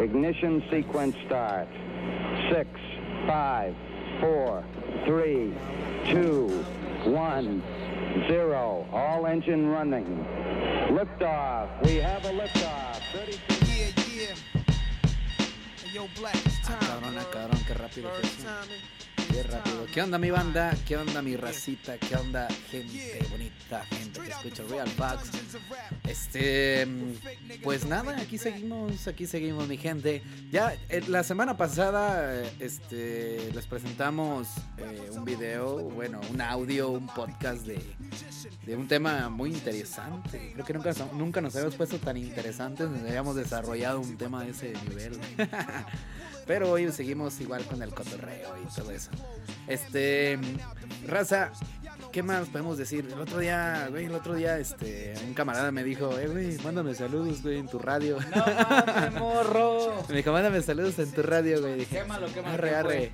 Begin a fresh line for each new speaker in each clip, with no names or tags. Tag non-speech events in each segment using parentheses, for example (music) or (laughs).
Ignition sequence start. Six, five, four, three, two, one, zero. All engine running. Liftoff. We have a liftoff. 32
Yeah, yeah. Hey, yo, Black, it's time.
Cabrón, ah,
word.
cabrón, qué rápido
Word,
fue eso.
timing.
Qué
It's
rápido.
time.
¿Qué onda mi banda? ¿Qué onda mi racita? ¿Qué onda gente
Yeah.
bonita? Gente que
Straight out
escucha
the
Real
fucking
Facts.
dungeons of rap.
Este, mm, pues nada, aquí seguimos, aquí seguimos mi gente. Ya eh, la semana pasada, eh, este, les presentamos eh, un video, bueno, un audio, un podcast de, de un tema muy interesante. Creo que nunca, so- nunca nos habíamos puesto tan interesantes, nos habíamos desarrollado un tema de ese nivel. (laughs) Pero hoy seguimos igual con el cotorreo y todo eso. Este, mm, raza, ¿Qué más podemos decir? El otro día, güey, el otro día, este, un camarada me dijo, eh, güey, mándame saludos, güey, en tu radio.
No mames, morro.
(laughs) me dijo, mándame saludos en tu radio, güey. Dije,
Quémalo, quémalo.
arre, arre.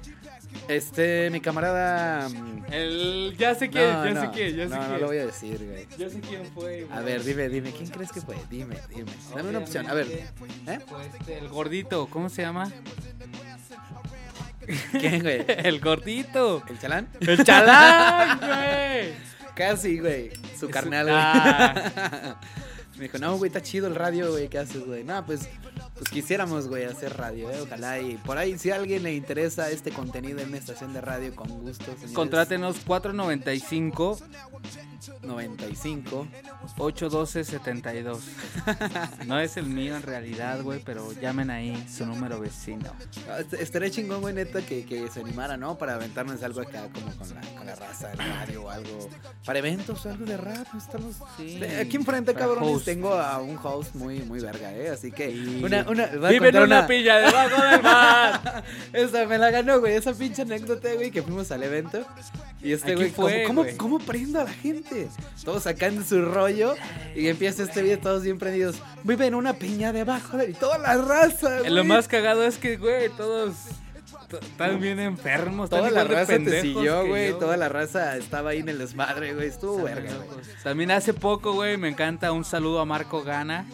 Este, mi camarada. mm,
El... Ya sé quién,
no,
ya sé
no,
quién, ya sé
no,
quién.
no lo voy a decir, güey.
Yo sé quién fue.
A
güey.
ver, dime, dime, ¿quién crees que fue? Dime, dime. Dame una opción, a ver. ¿Eh?
Fue este, el gordito, ¿cómo se llama? (laughs)
¿Quién, güey?
El gordito.
¿El
(laughs)
chalán?
El chalán, (laughs) güey.
Casi, güey. Su
Su-
carnal, (laughs) güey.
Ah.
Me dijo, no, güey, está chido el radio, güey, ¿qué haces, güey? No, pues, pues quisiéramos, güey, hacer radio, eh, ojalá. Y por ahí, si a alguien le interesa este contenido en una estación de radio, con gusto. señores.
Contrátenos 495
95.
812 72. (laughs) No es el mío en realidad, güey, pero llamen ahí su número vecino.
Ah, est- Estaría chingón, güey, neta, que, que se animara, ¿no? Para aventarnos algo acá, como con la, con la raza del radio o algo. Para eventos o algo de rap, estamos...
Sí.
Eh, Aquí enfrente,
Para
cabrones,
host.
tengo a un host muy, muy verga, ¿eh? Así que...
Sí.
Una, una, voy a
Vive en
contar (laughs)
una, pilla debajo del mar.
Esa me la ganó, güey. Esa pinche anécdota, güey, que fuimos al evento. Y este
Aquí
güey,
fue,
¿cómo,
güey.
¿cómo, cómo prendo a la gente? Todos sacando su rollo y empieza este video todos bien prendidos. Vive en una piña debajo de... Y toda la raza, güey.
Eh, Lo más cagado es que, güey, todos t- están bien enfermos.
Toda
están
la
igual de
raza te
pendejos
siguió,
que
güey.
yo.
Toda la raza estaba ahí en el desmadre, güey. Estuvo
Están
verga,
locos.
güey.
pues, También hace poco, güey, me encanta un saludo a Marco Gana.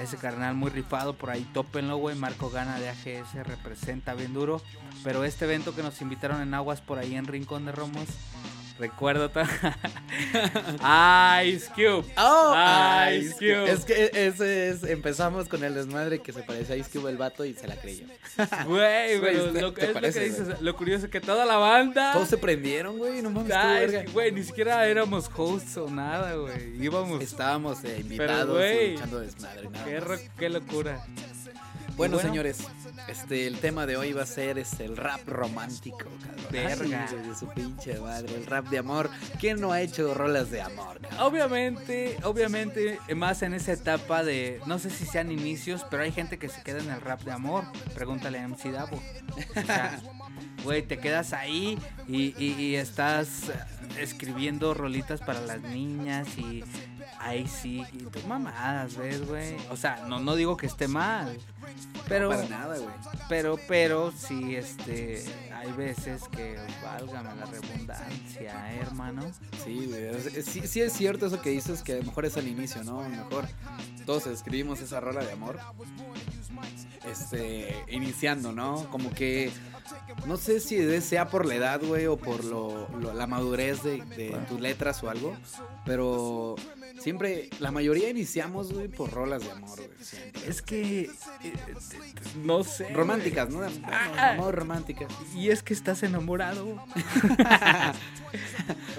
Ese carnal muy rifado, por ahí tópenlo, güey. Marco Gana de AGS representa bien duro. Pero este evento que nos invitaron en Aguas por ahí en Rincón de Romos, recuerdo. ta- (laughs) Ice Cube.
¡Oh!
Ice Cube.
Es que ese es... Empezamos con el desmadre que se parecía a Ice Cube el vato y se la creyó.
Güey,
Güey,
pero
¿te-
lo,
te
es lo
parece,
que dices. Lo curioso es que toda la banda.
Todos se prendieron, güey. No mames, estuvo
Ah, es
verga.
que, güey, ni siquiera éramos hosts o nada, güey. Íbamos.
Estábamos eh, invitados
güey,
y echando desmadre. nada
Qué,
más.
ro- qué locura.
Bueno,
bueno.
señores, este el tema de hoy va a ser este, el rap romántico. cabrón.
Verga.
Ay, de su pinche madre, el rap de amor. ¿Quién no ha hecho rolas de amor? cabrón?
Obviamente, obviamente, eh, más en esa etapa de. No sé si sean inicios, pero hay gente que se queda en el rap de amor. Pregúntale a MC Davo. O
(laughs)
sea, Güey, te quedas ahí y, y- y estás eh, escribiendo rolitas para las niñas y ahí sí, y tú mamadas, ¿ves, güey? O sea, no, no digo que esté mal, pero
Para nada, güey.
Pero, pero, sí, este, hay veces que, válgame la redundancia, ¿eh, hermano.
Sí, güey. o sea, Sí, sí es cierto eso que dices, que a lo mejor es al inicio, ¿no? A lo mejor todos escribimos esa rola de amor. Este, iniciando, ¿no? Como que, no sé si de- sea por la edad, güey, o por lo, lo- la madurez de, de tus letras o algo, pero siempre, la mayoría iniciamos, güey, por rolas de amor, güey. siempre.
Es que, eh, eh, no sé.
Románticas, ¿no? Bueno, amor románticas.
güey. Y es que estás (laughs) enamorado.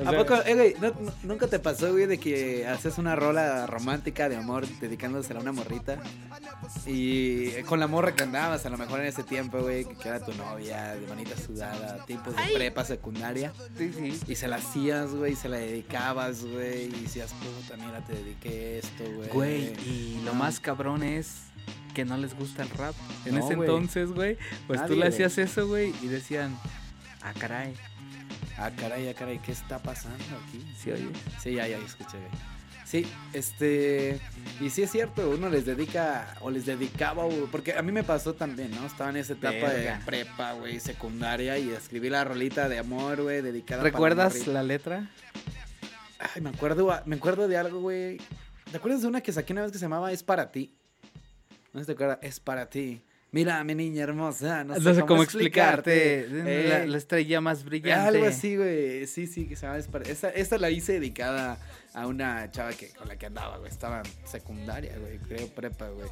¿A poco, eh, güey, no- no- nunca te pasó, güey, de que haces una rola romántica de amor dedicándosela a una morrita? Y eh, con la morra que andabas, a lo mejor en ese tiempo, güey, que era tu novia, de manita sudada, tiempos de prepa secundaria.
Sí, sí.
Y se la hacías, güey, se la dedicabas, güey, y decías, puta, mira, te dediqué esto, güey.
Güey, y lo más cabrón es que no les gusta el rap. En
No,
ese
güey.
entonces, güey, pues tú
Nadie,
le
güey.
hacías eso, güey, y decían, ah, caray,
Ah, caray, ah, caray, ¿qué está pasando aquí?
sí, oye.
Sí, ya, ya, escuché. güey. Sí, este. Y sí es cierto, uno les dedica o les dedicaba, o- porque a mí me pasó también, ¿no? Estaba en esa etapa
Verga.
de prepa, güey, secundaria, y escribí la rolita de amor, güey, dedicada. para
¿Recuerdas
mi
la letra?
morri- Ay, me acuerdo, a- me acuerdo de algo, güey. ¿Te acuerdas de una que saqué una vez que se llamaba Es para ti? No sé si te acuerdas, Es para ti. Mira, mi niña hermosa, no sé,
No sé
cómo, explicarte. Eh,
La, la estrella más brillante.
Algo así, güey. Sí, sí, que se va a despar- Esta, esta la hice dedicada a una chava que, con la que andaba, güey. Estaba en secundaria, güey. Creo prepa, güey.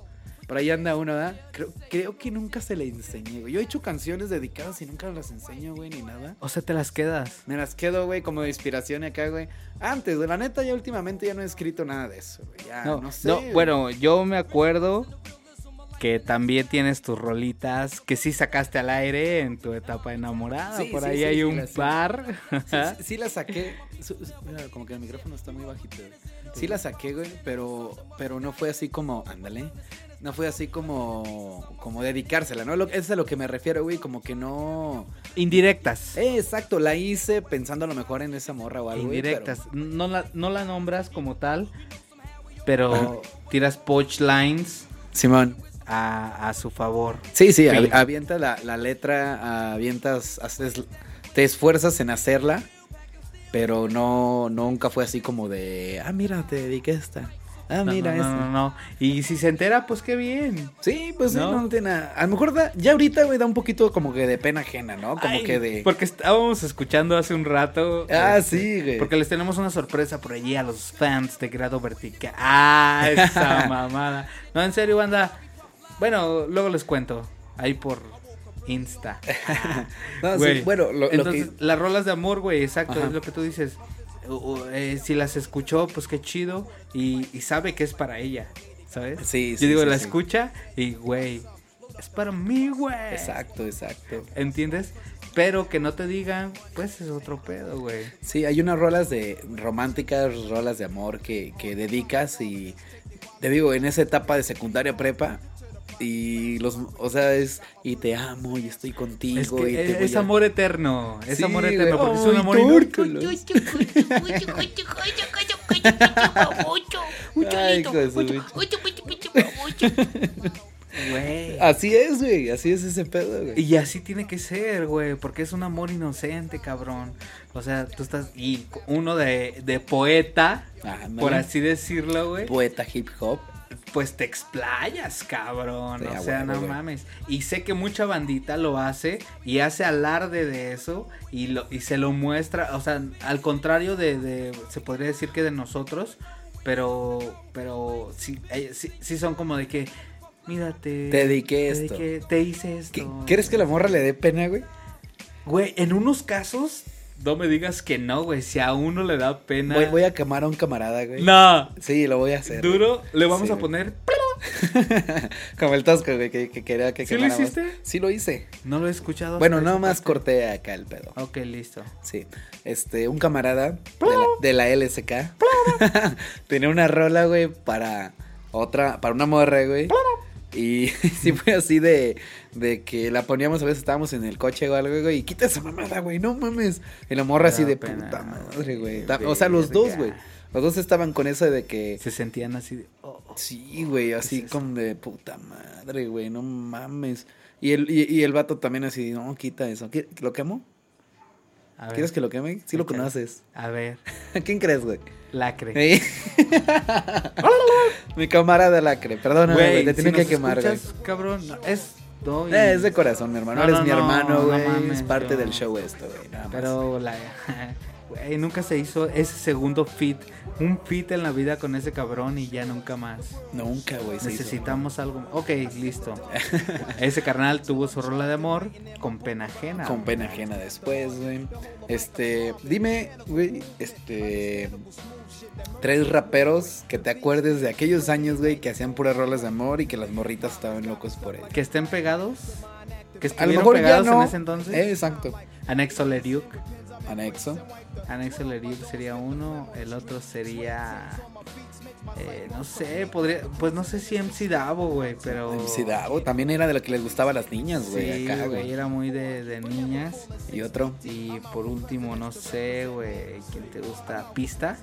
Por ahí anda uno, ¿verdad? Creo, creo que nunca se le enseñé, güey. Yo he hecho canciones dedicadas y nunca las enseño, güey, ni nada.
O sea, te las quedas.
Me las quedo, güey, como de inspiración acá, güey. Antes, güey, la neta, ya últimamente ya no he escrito nada de eso, güey. Ya, Ah, no,
no,
sé.
no,
güey.
bueno, yo me acuerdo que también tienes tus rolitas que sí sacaste al aire en tu etapa enamorada.
Sí,
Por
sí,
ahí
sí,
hay
sí,
un
las-
par.
Sí,
¿Ah?
sí, sí la saqué. Su- su- mira, como que el micrófono está muy bajito. güey. Sí la saqué, güey, pero, pero no fue así como, ándale. No fue así como, como dedicársela, ¿no? Lo- eso es a lo que me refiero, güey, como que no...
Indirectas.
Eh, exacto, la hice pensando a lo mejor en esa morra o algo. güey,
indirectas. No, la, no la nombras como tal,
(laughs)
pero tiras punchlines
pero- Simón.
a, a su favor.
Sí, sí,
Fin.
avientas avienta la, la letra, avientas, haces, te esfuerzas en hacerla, pero no, nunca fue así como de, ah, mira, te dediqué esta. Ah,
No,
mira
no, no,
esta.
no, no. Y si se entera, pues qué bien.
Sí, pues sí,
¿No?
no, no tiene nada. A lo mejor da- ya ahorita, güey, da un poquito como que de pena ajena, ¿no? Como
Ay,
que de.
Porque estábamos escuchando hace un rato.
Ah,
este,
sí, güey.
Porque les tenemos una sorpresa por allí a los fans de grado vertical. Ah,
(laughs)
esa mamada. No, en serio, banda. Bueno, luego les cuento. Ahí por Insta.
No, Ah, sí,
Güey.
bueno, lo, lo
Entonces,
que.
las rolas de amor, güey, exacto,
Ajá.
es lo que tú dices. O- o, eh, si las escuchó, pues qué chido. Y, y sabe que es para ella, ¿sabes?
Sí,
Yo
sí,
digo,
sí,
la
sí.
escucha y, güey, es para mí, güey.
Exacto, exacto.
¿Entiendes? Pero que no te digan, pues es otro pedo, güey.
Sí, hay unas rolas de románticas, rolas de amor que, que dedicas y te digo, en esa etapa de secundaria prepa y los o sea, es y te amo y estoy contigo
Es, que
y te
es,
voy
es
a-
amor eterno, es
Sí,
amor eterno,
güey. Oh,
porque es
Ay,
un amor
tórtalo.
inútil, güey.
Así es, güey, así es ese pedo, güey.
Y así tiene que ser, güey, porque es un amor inocente, cabrón. O sea, tú estás. Y uno de, de poeta,
Ándale.
por así decirlo, güey,
poeta hip hop.
pues te explayas, cabrón.
Sí, a
o sea,
huevo,
no
güey.
mames. Y sé que mucha bandita lo hace y hace alarde de eso y, lo, y se lo muestra. O sea, al contrario de, de- Se podría decir que de nosotros, pero. Pero sí, eh, sí, sí son como de que. Mírate.
Te dediqué
te
esto.
dediqué- te hice esto.
¿Qué- ¿Quieres que la morra le dé pena, güey?
Güey, en unos casos, no me digas que no, güey. Si a uno le da pena.
Voy, voy a quemar a un camarada, güey.
No.
Sí, lo voy a hacer.
Duro, le vamos
Sí,
a
güey.
poner.
Como el Tosco, güey, que, que quería que
¿Sí lo
quemáramos.
hiciste?
Sí lo hice.
No lo he escuchado.
Bueno,
hasta
no
esa
más
parte.
corté acá el pedo.
Ok, listo.
Sí. Este, un camarada de la, de la LSK (laughs) tenía una rola, güey, para otra, para una morra, güey. Y (laughs) sí fue así de, de que la poníamos, a veces estábamos en el coche o algo, güey, y quita esa mamada, güey, no mames. Y la morra
Da
así de
pena,
puta madre, güey. Ta- O sea, los
verga.
dos, güey. Los dos estaban con eso de que...
Se sentían así de. oh, oh.
Sí, güey, así
esto?
como de puta madre, güey, no mames. Y el, y, y el vato también así, no, quita eso. ¿Qui- ¿Lo quemo?
A ver.
¿Quieres que lo queme? Sí lo
Ok.
conoces.
A ver,
(laughs) ¿Quién crees, güey?
lacre. (laughs)
¿Eh? Mi camarada lacre, perdóname, güey, te
si
tiene que
nos
quemar, güey.
escuchas, Cabrón, no, es. no, y-
Eh, es de corazón, mi hermano.
No,
Eres
no,
mi
no,
hermano,
no
güey.
mames,
es parte
yo-
del show esto, güey. nada más.
Pero la. (laughs) Güey, nunca se hizo ese segundo fit. Un fit en la vida con ese cabrón y ya nunca más.
Nunca, güey. se hizo.
Necesitamos algo. Ok, listo. (laughs) Ese carnal tuvo su rola de amor con pena ajena.
Con pena ajena después, güey. Este, dime, güey, este. Tres raperos que te acuerdes de aquellos años, güey, que hacían puras rolas de amor y que las morritas estaban locos por él.
Que estén pegados. Que
A lo
estuvieron
mejor ya
pegados
no.
en ese entonces.
Eh, exacto.
Anexo Leriuk.
Anexo.
Anexo Leriuk sería uno. El otro sería. eh, no sé, podría. Pues no sé si MC Davo, güey, pero.
MC Davo, Oh, también era de lo que les gustaba a las niñas, güey.
Sí,
acá,
güey,
güey.
era muy de, de niñas.
Y otro. (laughs)
Y por último, no sé, güey, ¿quién te gusta? ¿Pista?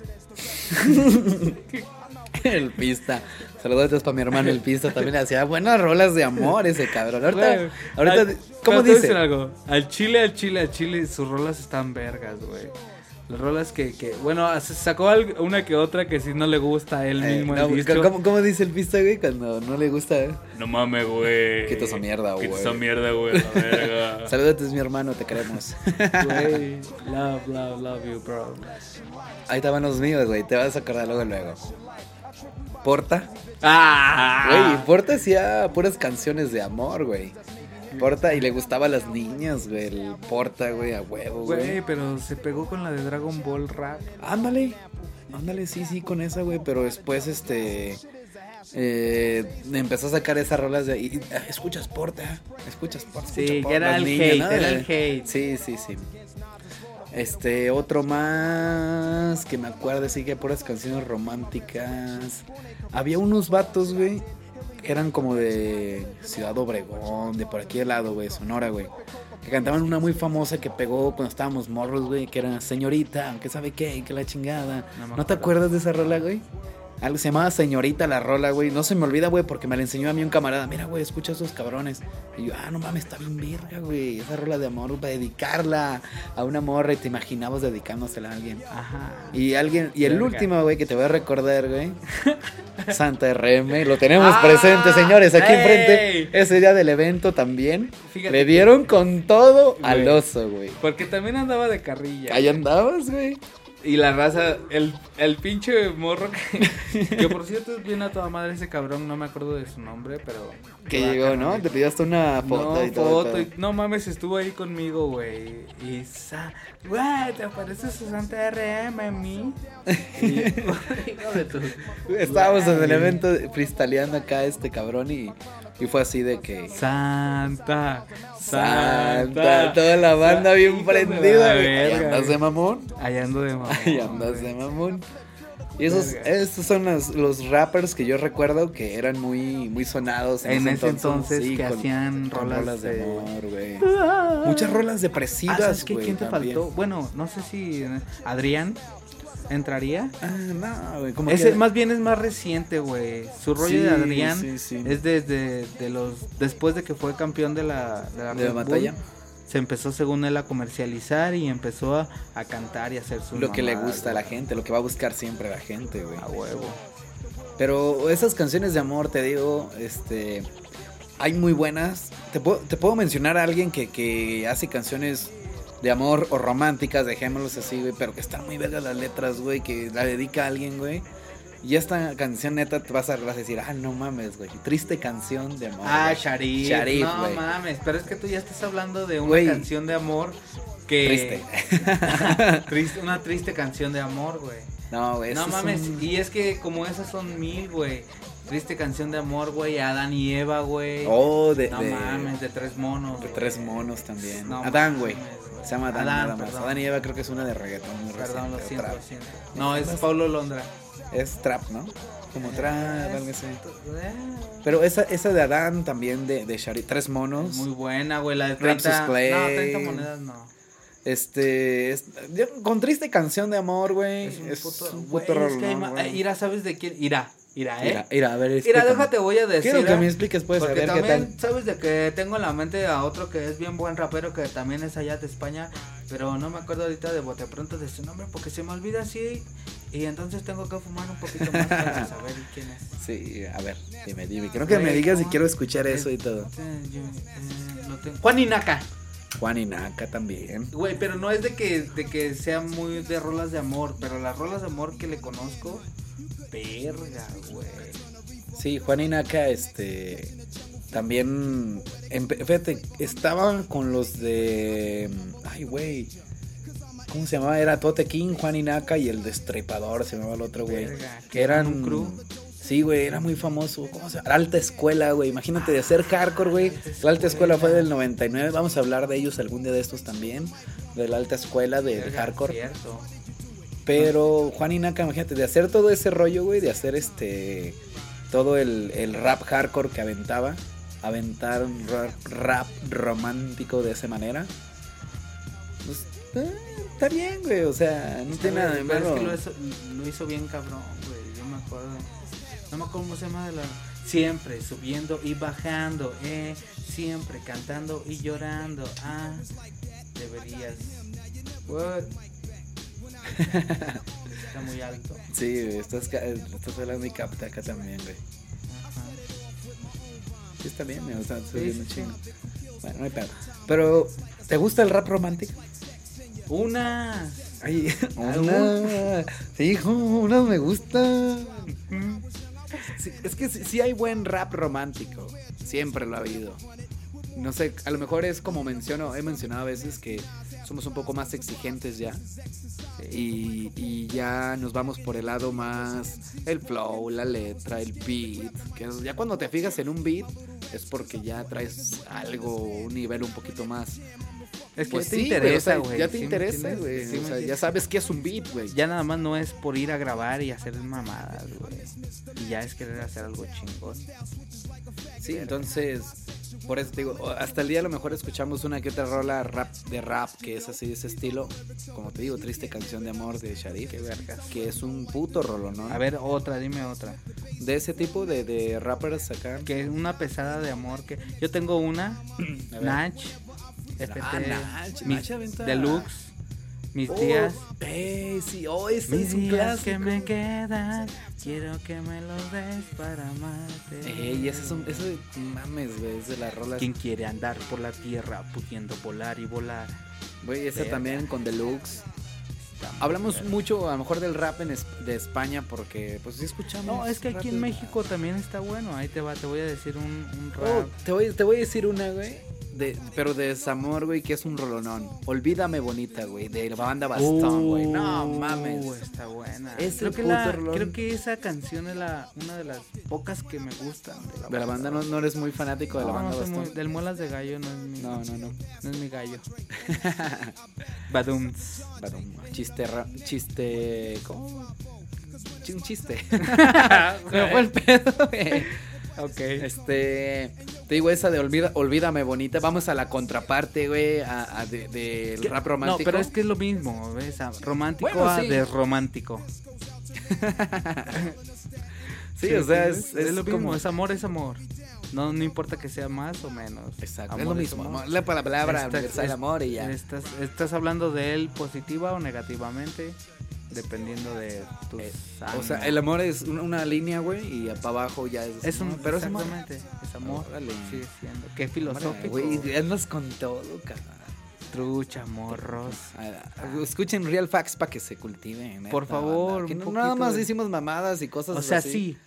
El pista. Saludos para mi hermano el pista. También hacía buenas rolas de amor ese cabrón.
Güey,
Ahorita, ahorita
al-
¿cómo
pero te voy a
dice?
decir algo. Al chile, al chile, al chile, sus rolas están vergas, güey. Las rolas que, que bueno, sacó al- una que otra que si no le gusta a él
Eh,
mismo
no,
el disco.
¿cómo, cómo dice el pista, güey? Cuando no le gusta. eh?
No mames, güey.
Quita esa mierda,
Quita
güey.
esa mierda, güey. La
(laughs)
verga.
Salúdate, es mi hermano, te
(laughs)
queremos.
Güey, love, love, love you, bro.
Ahí estaban los míos, güey. Te vas a acordar luego, luego. Porta. Güey,
Ah,
Porta hacía puras canciones de amor, güey. Porta, y le gustaba a las niñas, güey. El Porta, güey, a huevo,
güey,
güey.
pero se pegó con la de Dragon Ball Rap.
Ándale. Ándale, sí, sí, con esa, güey. Pero después, este. eh, empezó a sacar esas rolas de ahí. y, ah, Escuchas Porta. Escuchas Porta.
Sí,
escucha
que
Porta,
era
las
el
niñas,
hate,
¿no? Eh,
era el hate.
Sí, sí, sí. Este, otro más que me acuerdo, sí que puras canciones románticas. Había unos vatos, güey, que eran como de Ciudad Obregón, de por aquí al lado, güey, Sonora, güey. Que cantaban una muy famosa que pegó cuando estábamos morros, güey, que era Señorita, aunque sabe qué, que la chingada.
No me
¿No te
acuerdo.
acuerdas de esa rola, güey? Algo se llamaba Señorita la rola, güey. No se me olvida, güey, porque me la enseñó a mí un camarada. Mira, güey, escucha esos cabrones. Y yo, ah, no mames, está bien verga, güey. Esa rola de amor para dedicarla a una morra y te imaginabas dedicándosela a alguien.
Ajá.
Y alguien, y el
Verga.
último, güey, que te voy a recordar,
(laughs)
güey. Santa RM, lo tenemos
Ah,
presente, señores, aquí
ey.
enfrente. Ese día del evento también.
Fíjate
le
que-
dieron con todo al
Güey.
oso, güey.
Porque también andaba de carrilla.
Ahí andabas, güey.
Y la raza, el, el pinche morro que, (laughs) que por cierto es bien a toda madre ese cabrón, no me acuerdo de su nombre, pero...
Que
Ah,
llegó, ¿no?
carnal.
Te pidaste una foto
no,
y todo. el
foto
pedo.
y- no mames, estuvo ahí conmigo, güey. Y sa, güey, te aparece su santa RM a
(laughs)
mí. Y- hijo de tu-
Estábamos en el
Güey.
evento freestyleando acá este cabrón y, y fue así de que...
Santa,
Santa,
santa.
toda la banda
Sa-
bien
hijo de la
prendida. güey. Ahí
verga,
andas de
güey.
mamón.
Ahí ando
(laughs)
de mamón.
Ahí andas de
güey.
mamón. Y esos,
Verga.
estos son los, los rappers que yo recuerdo que eran muy, muy sonados
En ese entonces
sí,
que
con-
hacían
con
rolas,
de
de...
amor, güey. Muchas rolas
Ah,
depresivas,
¿sabes qué?
güey.
¿Quién te
también.
faltó? Bueno, no sé si eh, Adrián entraría.
Ah, no, güey. como
Ese
que-
más bien es más reciente, güey. Su rollo
Sí,
de Adrián
sí, sí.
es desde de los después de que fue campeón de la de la
de la
Red Bull,
batalla.
Se empezó según él a comercializar y empezó a, a cantar y a hacer su
Lo que le gusta a la gente, lo que va a buscar siempre la gente, güey.
A huevo.
Pero esas canciones de amor, te digo, este. Hay muy buenas. Te puedo, te puedo mencionar a alguien que, que hace canciones de amor o románticas, dejémoslos así, güey, pero que están muy vergas las letras, güey, que la dedica a alguien, güey. Y esta canción neta te vas a, vas a decir, ah, no mames, güey, triste canción de amor.
Ah,
güey".
Sharif.
Sharif,
no
güey.
mames, pero es que tú ya estás hablando de una
Güey.
canción de amor que (laughs) triste, una triste canción de amor, güey.
(laughs) No, güey.
No
ese Pues es
mames,
un-
y es que como esas son mil, güey. Triste canción de amor, güey, Adán y Eva, güey.
Oh, de,
no
de-
mames, de tres monos.
de
güey.
tres monos también.
No
Adán, güey.
mames,
Se llama Adán, nada más.
perdón.
Adán y Eva creo que es una de reggaetón. muy
Perdón, lo
reciente,
siento,
otra.
lo siento. No, es Pablo Londra.
Es trap, ¿no? Como trap, algo así.
Es
Pero esa, esa de Adán también, de, de Shari, Tres Monos.
Muy buena, güey, la de
Ramses
30. No,
Clay.
30 monedas no.
Este. es- yo- con triste canción de amor, güey.
Es un puto,
puto
güey, es que hay
rolón,
ma-
güey.
eh, Ira, ¿sabes de quién? Ira, Ira, ¿eh?
Mira, mira, a ver.
Ira,
explícame.
déjate, voy a decir.
Quiero que
¿eh?
me expliques, pues, a
Porque
ver qué
también,
tal.
sabes de que tengo en la mente a otro que es bien buen rapero que también es allá de España, pero no me acuerdo ahorita de bote pronto de su nombre porque se me olvida así y entonces tengo que fumar un poquito más (laughs) para saber quién es.
Sí, a ver, dime, dime. Creo que me
Güey,
digas si
no.
quiero escuchar eso y todo.
Este, yo, eh, lo tengo. Juan Inaca,
Juan y Naka también.
güey, pero no es de que, de que sea muy de rolas de amor, pero las rolas de amor que le conozco, verga, güey.
Sí, Juan y Naka, este. También. empe- Fíjate, estaban con los de. Ay, güey. ¿Cómo se llamaba? Era Tote King, Juan y Naka y el Destripador, se llamaba el otro, güey.
Verga,
Que eran.
un crew.
Sí, güey, era muy famoso. ¿Cómo se llama? Alta Escuela, güey. Imagínate de ser hardcore, güey. La Alta Escuela fue del 99. Vamos a hablar de ellos algún día de estos también. De la Alta Escuela, del
Verga,
hardcore.
Cierto.
Pero Juan y Naka, imagínate, de hacer todo ese rollo, güey, de hacer este. Todo el, el rap hardcore que aventaba. Aventar un rap, rap romántico de esa manera. Pues, eh, está bien, güey. O sea, no tiene nada de
Pero
malo.
Es que lo hizo, lo hizo bien cabrón, güey. Yo me acuerdo. No me acuerdo cómo se llama de la. Siempre subiendo y bajando, eh. Siempre cantando y llorando, ah. Deberías. What? (laughs) Está muy alto.
Sí, güey, estás, ca- eh, estás hablando y capta acá también, güey.
Ajá.
Sí, está bien, eh, me gusta.
Sí, sí, sí.
Bueno, no hay pedo. Pero, ¿te gusta el rap romántico?
Unas.
Ay, uh.
una.
Hijo, una me gusta. es que sí, sí hay buen rap romántico. Siempre lo ha habido. No sé, a lo mejor es como menciono, he mencionado a veces que somos un poco más exigentes ya. Y, y ya nos vamos por el lado más el flow, la letra, el beat. Que es- ya cuando te fijas en un beat es porque ya traes algo, un nivel un poquito más
Es que
pues
te
sí, güey,
interesa,
o sea,
güey.
ya te
¿sí me
interesa,
entiendes?
güey.
Sí
o sea,
me
ya
entiendes.
sabes que es un beat, güey.
Ya nada más no es por ir a grabar y hacer mamadas, güey. Y ya es querer hacer algo chingón.
Sí, entonces, por eso te digo, o- hasta el día a lo mejor escuchamos una que otra rola rap de rap, que es así de ese estilo. Como te digo, triste canción de amor de Sharif. Que es un puto rolo, ¿no?
A ver, otra, dime otra.
De ese tipo de, de rappers acá.
Que es una pesada de amor que... Yo tengo (clears throat) una,
A ver.
Nach, FT,
Ah, Nach,
mis-
Nach aventa-
Deluxe, Mis
Oh,
Días.
eh, sí, oh, ese
Mis
es un
días que
clásico.
me quedan, quiero que me los des para amarte.
Ey, ese es un. Ese, mames, güey, es de las rolas.
Quien quiere andar por la tierra, pudiendo volar y volar.
Güey, ese
Verga.
también con Deluxe.
Está muy
Hablamos
verga.
mucho a lo mejor del rap en es- de España porque pues sí escuchamos.
No, es que aquí
rap de-
en México también está bueno. Ahí te va, te voy a decir un, un
Oh,
rap.
te, voy, te voy a decir una, güey. De, pero de desamor, güey, que es un rolonón. Olvídame bonita, güey. De la banda Bastón, güey. No
Uh,
mames.
Está buena.
Es
creo,
el
que la-
puto rolón.
creo que esa canción es la, una de las pocas que me gustan.
De la banda no, no eres muy fanático de la
No,
banda
no soy
Bastón.
muy- del Muelas de Gallo no es mi,
No, no, no.
no es
(laughs)
mi gallo. Badums.
Badum. Chiste, ra- chiste. ¿Cómo? Chi- Un chiste. Me fue el pedo, güey.
ok.
Este, te digo esa de olvida, Olvídame Bonita. Vamos a la contraparte, güey, a, a de- del rap romántico.
No, pero es que es lo mismo, ¿ves? A Romántico
Bueno,
a
sí.
desromántico.
sí, o sea, es,
es lo
como-
mismo, es amor, es amor. No, no importa que sea más o menos.
Exacto,
Amor
es lo mismo.
amor.
amor. La palabra
Estás-
universal,
es-
amor y ya.
Estás, estás hablando de él positiva o negativamente, dependiendo de tus
Eh, o
ánimos.
sea, el amor es una, una línea, güey, y para abajo ya es.
es un,
no, pero es amor.
exactamente, es amor.
Órale.
Sigue siendo. Qué
Hombre,
filosófico.
Güey, andas con todo, cabrón.
Trucha, morros.
A ver, Escuchen Real Facts para que se cultiven.
Ah. Por
neta,
favor,
banda. Que
un
no- nada
poquito
más
de-
hicimos mamadas y cosas
O sea,
así.
sí,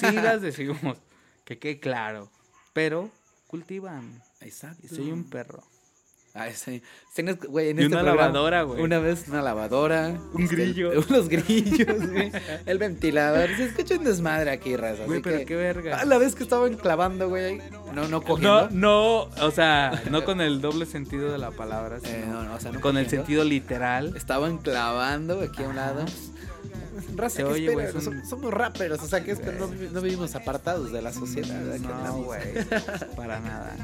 sí las decimos, que quede claro, pero cultivan.
Exacto.
Y soy un perro.
Ah, sí. Tienes que- güey, en
Y
este
una
programa-
lavadora, güey.
Una vez una lavadora.
Un
este,
grillo.
(laughs) unos grillos, güey. El ventilador. Se escucha un desmadre aquí, raza.
Güey,
así
pero
que-
qué verga.
Ah, la vez que estaban clavando, güey. No, no
No,
cogiendo.
no, o sea, no con el doble sentido de la palabra, sino
Eh, no, no, o sea, no
con el
cogiendo.
sentido literal.
Estaban clavando aquí a un
Ajá.
lado. Raza,
Ah. Se
¿qué
oye, güey,
espera?
es un-
So- Somos raperos, o sea, que es que no, vi- no vivimos apartados de la sociedad. aquí
No,
andamos.
güey,
(laughs)
para nada.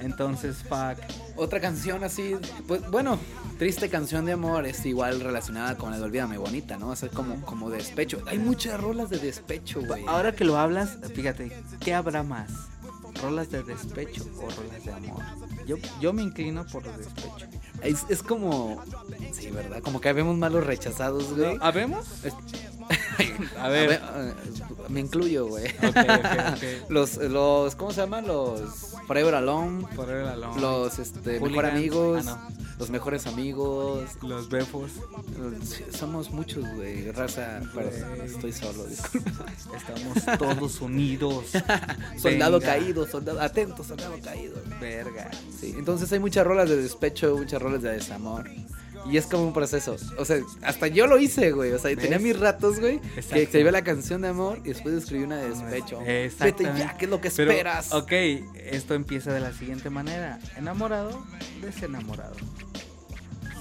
Entonces, fuck.
Otra canción así, pues bueno, triste canción de amor es igual relacionada con la de Olvídame Bonita, ¿no? O sea, como, como despecho. Hay muchas rolas de despecho, güey.
Ahora que lo hablas, fíjate, ¿qué habrá más? ¿Rolas de despecho o rolas de amor? Yo, yo me inclino por el despecho.
Es, es como. Sí, ¿verdad? Como que habemos malos rechazados, güey.
¿Habemos? (laughs) A
A
ver.
ver, eh, me incluyo, güey.
Ok, ok, ok.
Los, los, ¿cómo se llaman? Los Forever Alone,
Por el balón.
los este, mejor
Hooligans.
amigos,
Ah,
los mejores amigos.
Los befos.
los- Somos muchos, güey. Raza, perdón, estoy solo, disculpa.
Estamos todos unidos.
Soldado
(laughs) Venga.
caído, soldado, atento, soldado caído.
Verga.
Sí, entonces hay muchas rolas de despecho, muchas rolas de desamor. Y es como un proceso. O sea, hasta yo lo hice, güey. O sea, tenía
¿Ves?
mis ratos, güey.
Exacto.
Que escribía la canción de amor y después escribí una de despecho. Vete
Exactamente.
ya, ¿qué es lo que
Pero,
esperas?
ok, esto empieza de la siguiente manera: enamorado, desenamorado.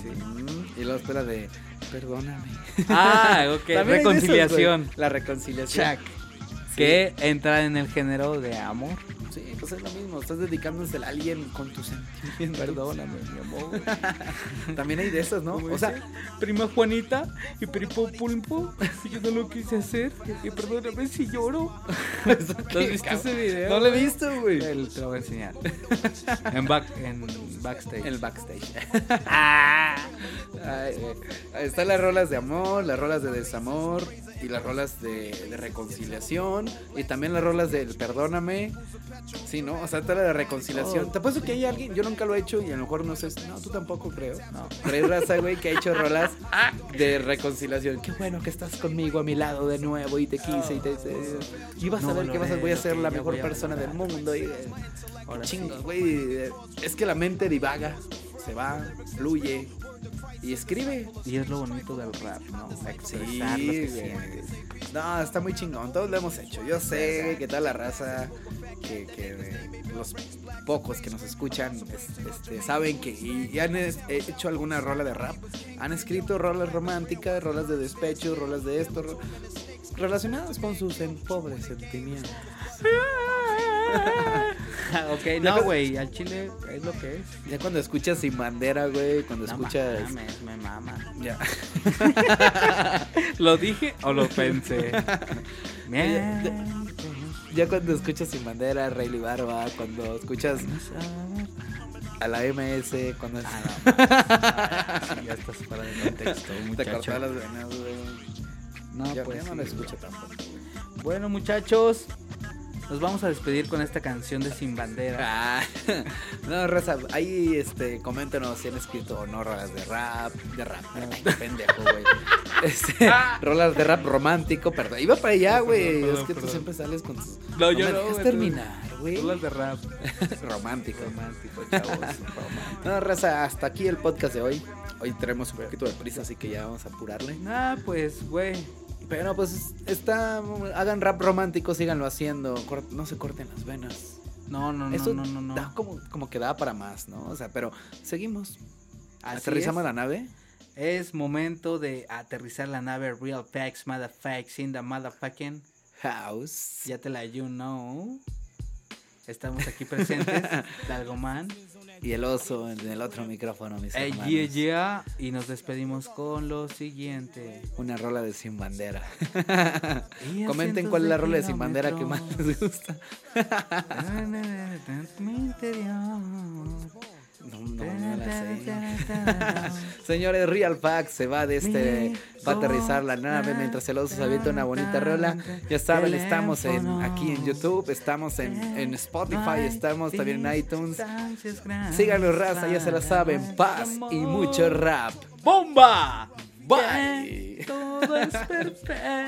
Sí. mm, Y luego espera de, perdóname.
Ah, (laughs) ok,
También hay de esos,
reconciliación.
güey. la reconciliación.
Chuck, que entra en el género de amor.
Sí. Sí, pues es lo mismo. Estás dedicándose a alguien con tus sentimientos.
(laughs) Perdóname, mi amor.
También hay de esas, ¿no?
O sea,
(laughs)
prima Juanita y primo (laughs) Pulpo, yo no lo quise hacer. Y perdóname si lloro. ¿No has visto ese
pues,
video?
No lo he visto, güey.
El, te lo voy a (laughs) enseñar. En, back, en backstage.
El backstage. (laughs)
Ah.
Ay, eh, están las rolas de amor, las rolas de desamor y las rolas de, de reconciliación y también las rolas del perdóname. Sí, ¿no? O sea, está la de reconciliación.
Oh.
Te apuesto que hay alguien, yo nunca lo he hecho y a lo mejor no sé, no, tú tampoco creo.
No. Ah.
Pero hay raza, güey, que ha hecho
(laughs)
rolas de reconciliación. Qué bueno que estás conmigo a mi lado de nuevo y te quise y te... te- y vas
Oh. No
a ver que vas a, voy a
valoré
ser
lo
la
que yo
mejor
voy a
persona del
valorar.
mundo y... eh,
Ahora sí.
Chingos, güey. eh, Es que la mente divaga, se va, fluye y escribe.
Y es lo bonito del rap, ¿no? O sea, expresar lo
güey.
que sientes.
No, está muy chingón. Todos lo hemos hecho. Yo sé güey, que tal la raza, que, que, eh, los pocos que nos escuchan es- este, saben que y, y han es- hecho alguna rola de rap. Han escrito rolas románticas, rolas de despecho, rolas de esto, ro- relacionadas con sus en- pobres sentimientos.
(laughs) ok, no, güey, al chile es lo que es.
Ya cuando escuchas sin bandera, güey, cuando
No
escuchas.
mames, me mama.
Ya.
¿Lo dije o lo (laughs) pensé? Miente.
Ya cuando escuchas Sin Bandera, Rey Barba, cuando escuchas a la MS, cuando...
Ah,
(laughs)
Ya estás fuera de contexto,
te
muchacho.
cortaba las venas, güey.
No,
Ya- ya
pues
no
sí,
la
güey.
escucho tampoco.
Bueno, muchachos, nos vamos a despedir con esta canción de Sin Bandera.
Ah, (laughs) no, raza, ahí este, coméntanos si han escrito o no rolas de rap, de rap,
Ah.
ay, qué pendejo,
(laughs)
güey. Este, rolas de rap romántico, perdón. Iba para allá, güey.
Perdón,
es que tú
perdón.
siempre sales con tus.
No, yo
me
no,
dejas
güey, tú-
terminar, ¿eh? güey.
Rolas de rap.
Romántico. (laughs)
Romántico, chavos. romántico.
No, raza, hasta aquí el podcast de hoy. Hoy traemos un poquito de prisa, así que ya vamos a apurarle.
Nah, pues, güey.
Pero pues está, hagan rap romántico, síganlo haciendo, cor- no se corten las venas.
No, no, no,
Esto
no, no, no.
da como, como que da para más, ¿no? O sea, pero seguimos.
Así
Aterrizamos
es.
la nave.
Es momento de aterrizar la nave Real Facts, Motherfucks, in the Motherfucking.
House.
Ya te la you know. Estamos aquí
(laughs)
presentes, Dalgoman.
Y el oso en el otro micrófono, mis
Ey,
hermanos.
Eh, yeah, yeah. Y nos despedimos con lo siguiente.
Una rola de Sin Bandera.
Y a
Comenten
cientos
cuál es la rola de Sin Bandera que más
kilómetros.
les gusta.
Mi interior.
No, no, no la sé. (laughs) Señores, Real Pack se va de este. Va a aterrizar la nave mientras el oso se avienta una bonita rola. Ya saben, estamos en, aquí en YouTube, estamos en, en Spotify, estamos también en iTunes. Síganos, raza, ya se la saben. Paz y mucho rap.
¡Bomba!
Bye.
Todo es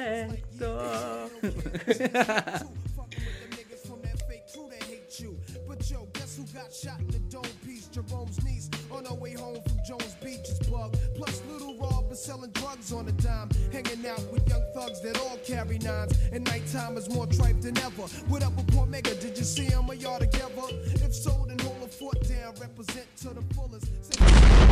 perfecto.
the niggas from that fake crew that hate you. But yo, guess who got shot in the dome piece? Jerome's niece on her way home from Jones Beach is plugged. Plus, Little Rob was selling drugs on a dime. Hanging out with young thugs that all carry nines. And nighttime is more tripe than ever. What up with Port Mega? Did you see him? Are y'all together? If so, then hold a fort down. Represent to the fullest. Say-